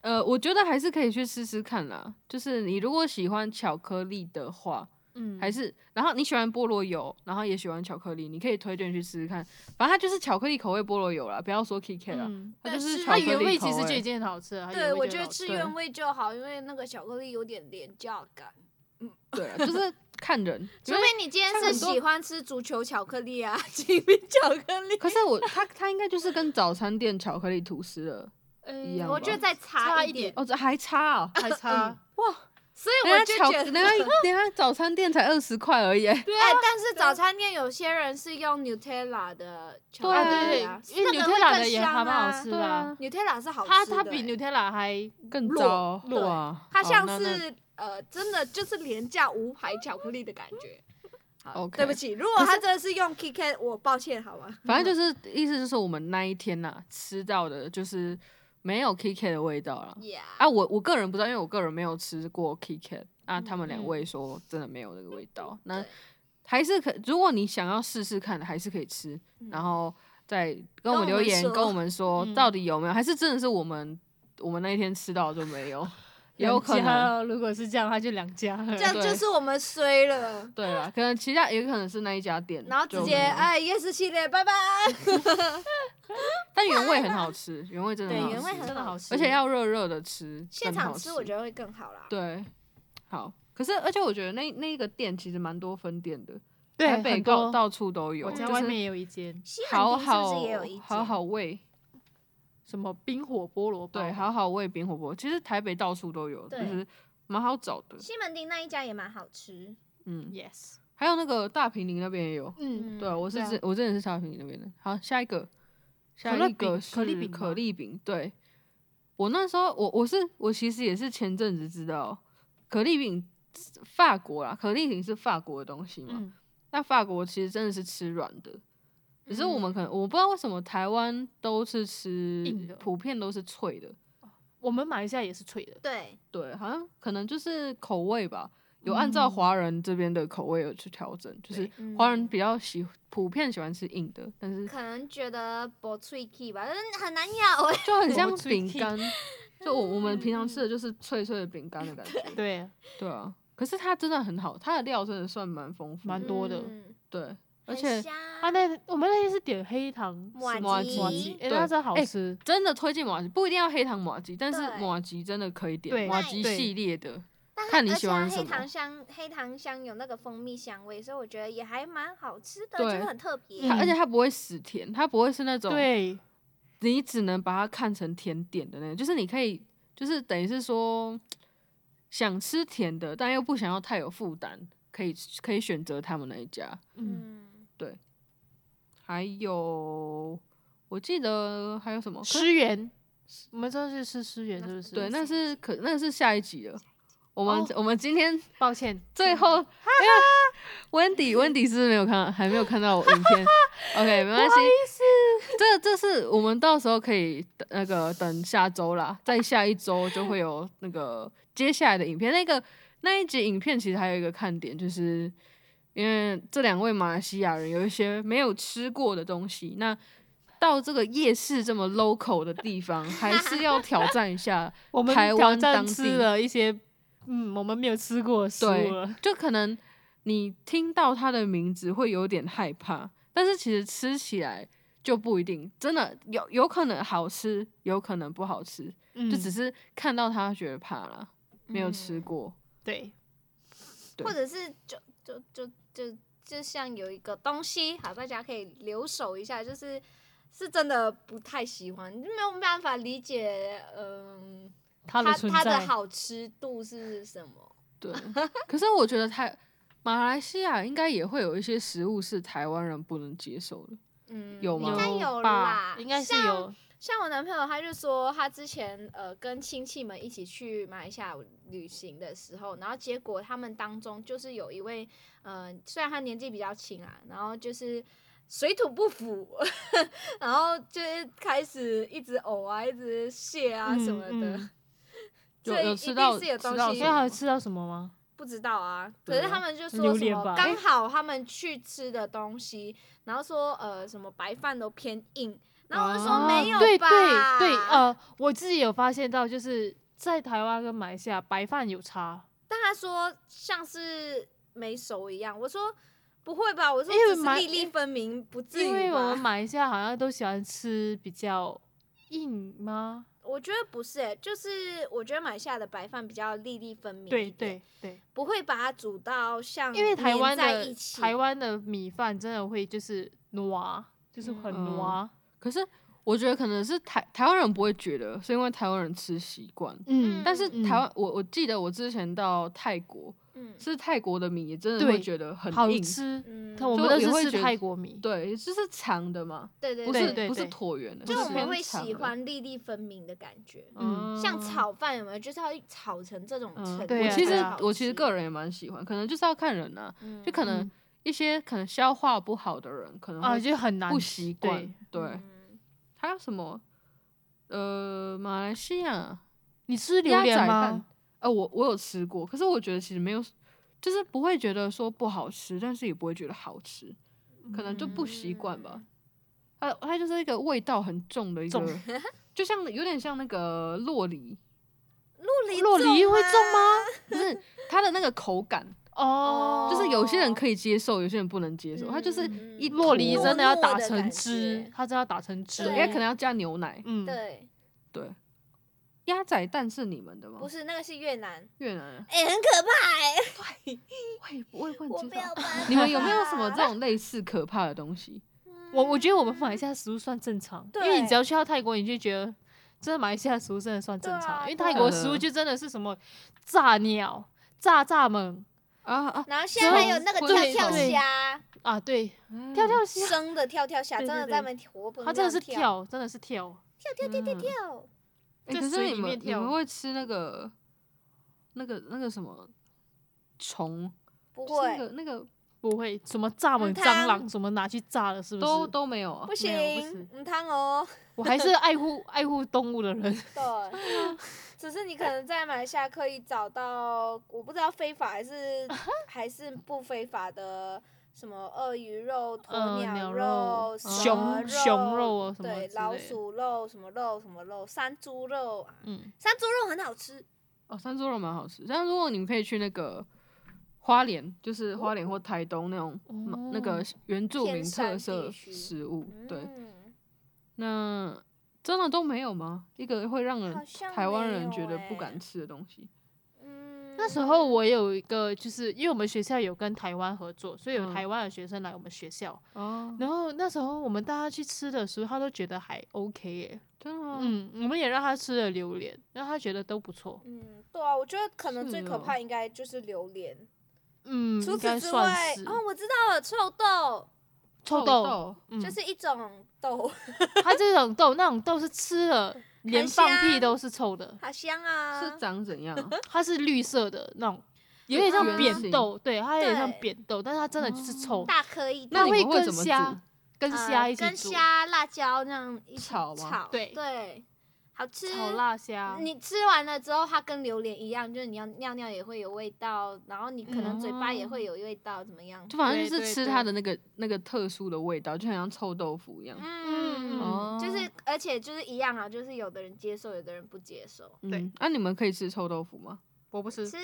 S1: 呃，我觉得还是可以去试试看啦。就是你如果喜欢巧克力的话，
S2: 嗯，
S1: 还是然后你喜欢菠萝油，然后也喜欢巧克力，你可以推荐去试试看。反正它就是巧克力口味菠萝油啦，不要说 K K 啦，
S2: 嗯
S1: 它
S3: 但
S1: 就是啊是巧
S2: 它
S1: 克
S2: 原味
S1: 力口
S2: 其实就已
S1: 味。
S2: 经很好吃了。它原
S3: 对，
S2: 味
S3: 我
S2: 就
S3: 觉
S2: 很
S3: 得
S2: 好
S3: 吃
S1: 对
S3: 原味就好，因为那个巧克力有点廉价感。
S1: 对啊，就是看人。
S3: 除非你今天
S1: 像
S3: 是
S1: 很多
S3: 喜欢吃足球巧克力啊， 金饼巧克力，
S1: 可是我它它应该就是跟早餐店巧克力吐司了。一样
S3: 嗯我
S1: 吧
S3: 觉得再
S2: 差
S3: 差
S2: 一
S3: 点
S2: 点。
S1: 哦，这还差哦。
S2: 还差。
S3: 所以我
S1: 人
S3: 就
S1: 家巧，
S3: 觉
S1: 人
S3: 得，
S1: 家人家早餐店才二十块而已。欸
S3: 对啊、但是早餐店有些人是用 Nutella 的 巧
S1: 对啊
S3: 克力
S2: 对
S3: 啊，，
S2: 因为
S3: 那
S2: 纽
S3: 个
S2: 特
S3: 会
S2: 拉
S3: 更
S2: 的也还
S3: 香
S2: 蛮
S3: 啊
S2: 好吃的啊，
S3: ，Nutella 是好
S2: 它
S3: 吃的、哦
S2: 它比纽特拉还
S1: 更
S3: 弱
S1: 糟
S3: 对
S1: 弱啊！
S3: 它
S1: 好
S3: 像
S1: 那那
S3: 是、呃，真的就是廉价无牌巧克力的感觉。好
S1: OK
S3: 对不起，如果他真的是用 Kit Kat，我抱歉好吗？
S1: 反正
S3: 嗯
S1: 就是意思就是我们那一天呐、吃到的就是没有 K K 的味道了。
S3: Yeah，
S1: 啊，我我个人不知道，因为我个人没有吃过 K K 啊，他们两
S2: 嗯
S1: 位说真的没有那个味道。那
S3: 对
S1: 还是可，如果你想要试试看，还是可以吃，然后再跟我
S3: 嗯跟我
S1: 们留
S3: 们
S1: 言，
S3: 说
S1: 跟我们说
S2: 嗯
S1: 到底有没有，还是真的是我们我们那一天吃到就没 有，也有可
S2: 两家
S1: 能。
S2: 哦。如果是这样，它就两家了。
S3: 这样
S1: 对
S3: 就是我们衰了。
S1: 对啊，可能其他也可能是那一家店，
S3: 然后直
S1: 就
S3: 接
S1: 没有
S3: 哎，夜市系列，拜拜。
S1: 但原味很好吃，原味真的
S2: 对
S1: 很好
S3: 原味
S1: 吃
S3: 很
S2: 真的
S3: 好
S2: 好
S3: 吃
S2: 吃，
S1: 而且要热热的吃，
S3: 现
S1: 更
S3: 场
S1: 好吃
S3: 吃我觉得会更好啦。
S1: 对，好。可是而且我觉得那那一个店其实蛮多分店的，
S2: 对
S1: 台北
S2: 很
S1: 到
S2: 多。
S1: 到处都有，
S2: 我家
S1: 就
S2: 外
S1: 是
S2: 面也有一间
S3: 西
S1: 好
S3: 门町是不
S1: 好
S3: 是也有一
S1: 好
S3: 间
S1: 好味，
S2: 什么冰火菠萝包，
S1: 对，好好味冰火锅，其实台北到处都有，就
S3: 哦对
S1: 是蛮好找的，
S3: 西门町那一家也蛮好吃。
S1: 嗯，
S2: ，yes，
S1: 还有那个大平林那边也有，
S2: 嗯，
S1: 对啊，我是
S2: 对啊
S1: 之我之前是大平林那边的。好，下一个，下
S2: 乐
S1: 一个
S2: 饼
S1: 是
S2: 可丽饼
S1: 可
S2: 吗
S1: 丽饼，对。我那时候，我我是我其实也是前阵子知道可丽饼是法国啦，可丽饼是法国的东西嘛。
S2: 嗯，
S1: 那法国其实真的是吃软的，只是我们可能我不知道为什么台湾都是
S2: 嗯硬
S1: 吃
S2: 的，
S1: 普遍都是脆的。
S2: 我们马来西亚也是脆的，
S3: 对，
S1: 对，好像可能就是口味吧，有按
S2: 嗯
S1: 照华人这边的口味有去调整，就是
S3: 对
S1: 华人
S3: 嗯
S1: 比较喜普遍喜欢吃硬的，但是
S3: 可能觉得薄脆 key 吧，但是很难咬哎、
S1: 就很像
S2: 我最
S1: 饼
S2: 近
S1: 干，就我我们平常吃的就是脆脆的饼干的感觉，
S2: 对，
S1: 对啊。可是它真的很好，它的料真的算蛮丰富的，
S2: 蛮
S3: 欸，
S2: 多的
S3: 嗯
S1: 对，而
S3: 很
S1: 且
S3: 香
S2: 啊，那我们那天是点黑糖
S3: 麻
S1: 麻
S3: 吉
S2: 麻
S1: 吉
S2: 吉，哎，
S1: 对
S2: 那真好
S1: 哎
S2: 吃。
S1: 真的推荐马吉，不一定要黑糖马吉，但是
S3: 对
S1: 马吉真的可以点
S2: 对
S1: 马吉
S2: 对
S1: 系列的，
S3: 但它
S1: 看你
S3: 而
S1: 喜
S3: 且它
S1: 欢什
S3: 黑
S1: 么
S3: 糖香，黑糖香有那个蜂蜜香味，所以我觉得也还蛮好吃的，就
S1: 对
S3: 是很特别。
S2: 嗯
S1: 它而且它不会死甜，它不会是那种
S2: 对，
S1: 你只能把它看成甜点的那种，就是你可以，就是等于是说想吃甜的，但又不想要太有负担，可以可以选择他们那一家。
S2: 嗯，
S3: 嗯，
S1: 还有，我记得还有什么？哦可
S2: 诗源，我们这次吃诗源是不是？
S1: 对，那是可那是下一集了。我们、
S2: 哦
S1: 我们今天
S2: 抱歉，
S1: 最
S2: 嗯
S1: 后，因为 Wendy Wendy 是不是没有看，还没有看到我影片。OK，没关系，这这是我们到时候可以等那个等下周 啦，在下一周就会有那个接下来的影片。那个那一集影片其实还有一个看点，就是因为这两位马来西亚人有一些没有吃过的东西，那到这个夜市这么 local 的地方，还是要挑战一下。
S2: 我们
S1: 台
S2: 挑
S1: 湾当
S2: 战
S1: 地
S2: 吃了一些，嗯，我们没有吃过的食
S1: 对
S2: 物了。
S1: 就可能你听到它的名字会有点害怕，但是其实吃起来就不一定，真的有有可能好吃，有可能不好吃，
S2: 嗯
S1: 就只是看到它觉得怕啦，没有吃过。
S2: 对，
S1: 对
S3: 嗯或者是就就就就就像有一个东西，好，大家可以留守一下，就是是真的不太喜欢，没有办法理解，嗯，
S2: 它的
S3: 它
S2: 存
S3: 它
S2: 在
S3: 的好吃度是什么？
S1: 对， 可是我觉得台马来西亚应该也会有一些食物是台湾人不能接受的，
S3: 嗯，
S1: 有吗
S3: 应该有啦
S1: 吧，
S2: 应该是
S3: 像
S2: 有，
S3: 像我男朋友，他就说他之前呃跟亲戚们一起去马来西亚旅行的时候，然后结果他们当中就是有一位，呃，虽然他年纪比较轻啊，然后就是水土不服， 然后就是开始一直呕啊，一直泻啊什么的，
S2: 嗯
S1: 有
S3: 所以
S1: 有
S3: 一
S1: 吃
S3: 定
S1: 到
S3: 是有
S1: 吃
S3: 东
S1: 到
S3: 西
S1: 什
S2: 因为
S1: 么
S2: 还
S1: 吗
S2: 有吃到什么吗？
S3: 不知道啊，可
S1: 对啊
S3: 是他们就说
S2: 榴
S3: 什
S2: 莲
S3: 么
S2: 吧
S3: 刚好他们去吃的东西，然后说呃什么白饭都偏硬，然后我就说
S1: 啊
S3: 没有
S2: 哦对
S3: 吧，
S2: 对对，
S1: 哦
S2: 呃，我自己有发现到，就是在台湾跟马来西亚白饭有差，
S3: 但他说像是没熟一样，我说不会吧，我说
S2: 因为
S3: 只是
S2: 蛮
S3: 粒粒分明，不至
S2: 因为
S3: 于
S2: 我们
S3: 吧？
S2: 马来西亚好像都喜欢吃比较硬吗？
S3: 我觉得不是、欸，就是我觉得马来西亚的白饭比较粒粒分明，
S2: 对，对对，
S3: 不会把它煮到像
S2: 因为台
S3: 黏嗯
S2: 湾
S3: 在
S2: 的
S3: 一起，
S2: 台湾的米饭真的会就是糯，就是很
S1: 嗯
S2: 糯，
S1: 可是我觉得可能是台台湾人不会觉得，是因为台湾人吃习惯。
S2: 嗯
S1: 但是
S2: 嗯
S1: 台湾，我我记得我之前到泰国，
S3: 嗯
S1: 吃泰国的米也真的
S2: 对
S1: 会觉得很
S2: 好
S1: 硬，
S2: 吃。
S3: 嗯，
S2: 看我
S1: 就
S2: 们都
S1: 也会觉
S2: 是吃
S1: 得
S2: 泰国米，
S1: 对，就是长的嘛，
S3: 对对
S1: 不
S3: 对
S1: 是
S2: 对
S1: 不是
S2: 对
S1: 椭圆的，
S3: 就我
S1: 是
S3: 们
S1: 偏
S3: 会
S1: 长
S3: 喜
S1: 的，
S3: 欢粒粒分明的感觉。
S2: 嗯
S3: 像。炒饭有没有？就是要炒成这种程度
S1: 嗯，
S3: 才
S2: 对
S1: 我
S2: 啊
S1: 其实
S2: 对
S3: 好
S1: 我其实
S3: 吃
S1: 个人也蛮喜欢，可能就是要看人啊，
S3: 嗯
S1: 就可能
S2: 嗯
S1: 一些可能消化不好的人可能
S2: 啊，
S1: 会
S2: 就很难
S1: 不习惯
S2: 对，
S1: 对，
S3: 嗯
S1: 还有什么？呃，马来西亚
S2: 你吃榴
S1: 鸭仔
S2: 莲
S1: 蛋
S2: 吗？，
S1: 呃，我我有吃过，可是我觉得其实没有，就是不会觉得说不好吃，但是也不会觉得好吃，可能就不习惯吧。
S3: 嗯
S1: 它它就是一个味道很重的一
S2: 重
S1: 个， 就像有点像那个洛梨，
S3: 洛梨啊
S2: 洛梨会
S3: 重
S2: 重
S3: 吗？
S2: 吗？
S1: 就是它的那个口感，
S2: 哦，
S1: 就是有些人可以接受，有些人不能接受。它就是
S3: 嗯
S1: 一
S2: 洛梨
S1: 坨
S2: 真的要打
S3: 糯糯的
S2: 成
S3: 感
S2: 汁
S3: 觉，
S2: 它真的要打成汁，哦
S1: 对
S3: 对
S1: 也可能要加牛奶。
S2: 嗯，
S3: 对，
S1: 对，鸭仔蛋是你们的吗？
S3: 不是那个是越南，
S1: 越南人，
S3: 哎、很
S2: 哦
S3: 可怕哎、
S1: 我也我 也不
S3: 我
S1: 能
S3: 不
S1: 接受
S3: 要。办。
S1: 你们有没有 什么这？种类似可怕的东西？
S3: 嗯
S2: 我我觉得我们马来西亚食物算正常，因为你
S3: 对
S2: 只要去到泰国，你就觉得真的马来西亚食物真的算正
S3: 对
S2: 常，
S3: 啊
S2: 因为
S3: 对
S2: 泰
S3: 啊
S2: 国食物就真的是什么炸鸟、炸蚱蜢
S1: 啊啊！
S3: 然后现在还有那个跳
S1: 对
S3: 跳
S2: 对
S3: 虾，
S2: 啊，对，
S3: 嗯
S1: 哎
S2: 跳跳 虾，
S3: 生的跳跳虾，
S2: 对
S3: 真
S2: 对
S3: 的
S2: 对
S3: 在那边活蹦
S2: 它真
S3: 乱
S2: 的是
S3: 跳
S2: 跳，真的是跳，
S3: 跳跳跳
S1: 嗯
S3: 跳，
S1: 哎
S2: 在
S1: 可
S2: 水
S1: 是你
S2: 里面
S1: 们你们
S2: 跳
S1: 会吃那个那个那个什么虫？
S3: 不
S1: 就是那
S3: 会
S1: 个那个
S2: 不会什么蚱
S3: 嗯
S2: 蜢、
S3: 它
S2: 蟑螂什么拿去炸了，是不
S1: 都
S2: 是？
S1: 都没有啊
S3: 不？
S2: 没有不
S3: 行，唔汤哦，
S2: 我还是爱护爱护动物的人，
S3: 对，只是你可能在马来西亚可以找到，我不知道非法还 是还是不非法的什么鳄鱼肉、鸵
S2: 呃
S3: 鸟
S2: 鸟
S3: 肉、
S2: 肉
S3: 蛇
S1: 熊
S2: 熊肉啊什么
S3: 对，
S2: 之
S3: 老
S2: 类的
S3: 鼠肉什么肉什么肉，山猪肉啊，
S2: 嗯，
S3: 山猪肉很好吃，
S1: 哦，山猪肉蛮好吃。但如果你们可以去那个花莲，就是花莲或台东那种、
S2: 哦
S1: 那个原住民
S3: 偏山
S1: 特色
S3: 地区
S1: 食物，对，
S3: 嗯，
S1: 那真的都没有吗？一个会让人
S3: 好像
S1: 台湾
S3: 没
S1: 人觉
S3: 有
S1: 得
S3: 欸
S1: 不敢吃的东西，
S3: 嗯
S2: 那时候我有一个，就是因为我们学校有跟台湾合作，所以有
S1: 嗯
S2: 台湾的学生来我们学校，
S1: 哦，
S2: 然后那时候我们大家去吃的时候，他都觉得还 OK 耶，
S1: 真的吗？
S2: 嗯，我们也让他吃了榴莲，让他觉得都不错，
S3: 嗯，对啊，我觉得可能
S1: 是
S3: 最可怕
S1: 哦
S3: 应该就是榴莲。
S2: 嗯，
S3: 除
S2: 应
S3: 此
S2: 该
S3: 之
S2: 算
S3: 外
S2: 是，
S3: 哦，我知道了，臭豆、
S2: 臭豆，
S1: 豆，
S2: 嗯
S3: 就，是一种豆，
S2: 他这种豆那种豆是吃了连放屁
S3: 香
S2: 都是臭的，
S3: 好香啊！
S1: 是长怎 样啊？
S2: 它是绿色的那种，有点像
S3: 圆
S2: 扁
S1: 形
S2: 豆，对，它有点像
S3: 对哦
S2: 扁豆，但是它真的就是臭，
S3: 大颗一
S1: 那
S2: 它
S1: 你
S3: 点，
S1: 们
S2: 会
S1: 会
S2: 跟
S1: 怎么
S2: 虾
S1: 煮？
S2: 跟虾一
S3: 呃、跟
S2: 起煮，
S3: 虾、辣椒那样一起
S1: 炒吗
S3: 炒
S2: 对
S3: 对，好吃。
S2: 炒辣啊虾，
S3: 你吃完了之后，它跟榴莲一样，就是你要尿尿也会有味道，然后你可能嘴巴也
S1: 嗯
S3: 会有味道，怎么样？
S1: 就反正
S2: 对
S1: 就是
S2: 对
S1: 吃
S2: 对
S1: 它的那个那个特殊的味道，就很像臭豆腐一样。
S3: 嗯，
S1: 哦
S3: 就是而且就是一样啊，就是有的人接受，有的人不接受。
S1: 嗯
S2: 对，
S1: 那、你们可以吃臭豆腐吗？
S2: 我不吃
S3: 吃，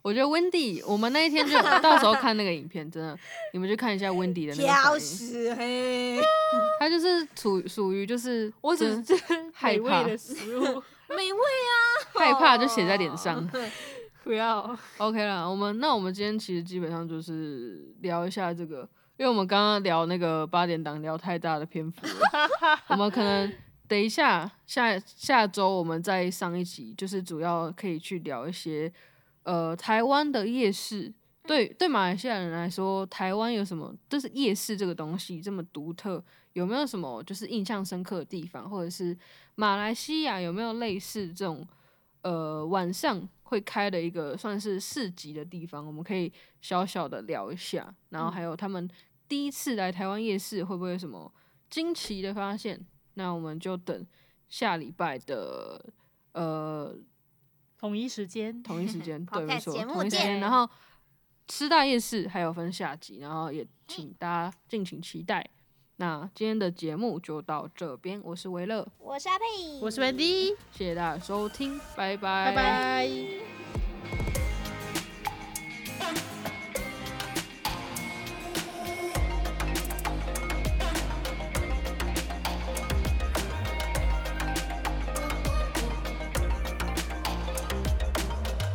S1: 我觉得 Wendy，我们那一天就到时候看那个影片，真的，你们去看一下 Wendy 的那个反应，
S3: 食嘿，
S1: 他就是属属于就是，
S2: 我只
S1: 真
S2: 是
S1: 害
S2: 美味
S1: 怕
S2: 的食 物，
S3: 美味啊！
S1: 害怕就
S3: 哦
S1: 写在脸上。
S2: 不要
S1: OK 啦，我们那我们今天其实基本上就是聊一下这个，因为我们刚刚聊那个八点档聊太大的篇幅了，我们可能等一下下下周我们再上一集，就是主要可以去聊一些呃台湾的夜市。对对，马来西亚人来说，台湾有什么？就是夜市这个东西这么独特，有没有什么就是印象深刻的地方，或者是马来西亚有没有类似这种呃晚上会开的一个算是市集的地方，我们可以小小的聊一下。然
S3: 嗯
S1: 后还有他们第一次来台湾夜市会不会有什么惊奇的发现？那我们就等下礼拜的呃
S2: 统一时间，
S1: 同一时 间，对，
S3: Podcast
S1: 没错
S3: 节，目
S1: 同一时间。
S3: 见
S1: 然后师大夜市还有分下集，然后也
S3: 嗯
S1: 请大家敬请期待。那今天的节目就到这边，我是维乐，
S3: 我是阿佩，
S2: 我是 Wendy，
S1: 谢谢大家的收听，拜拜，
S2: 拜拜。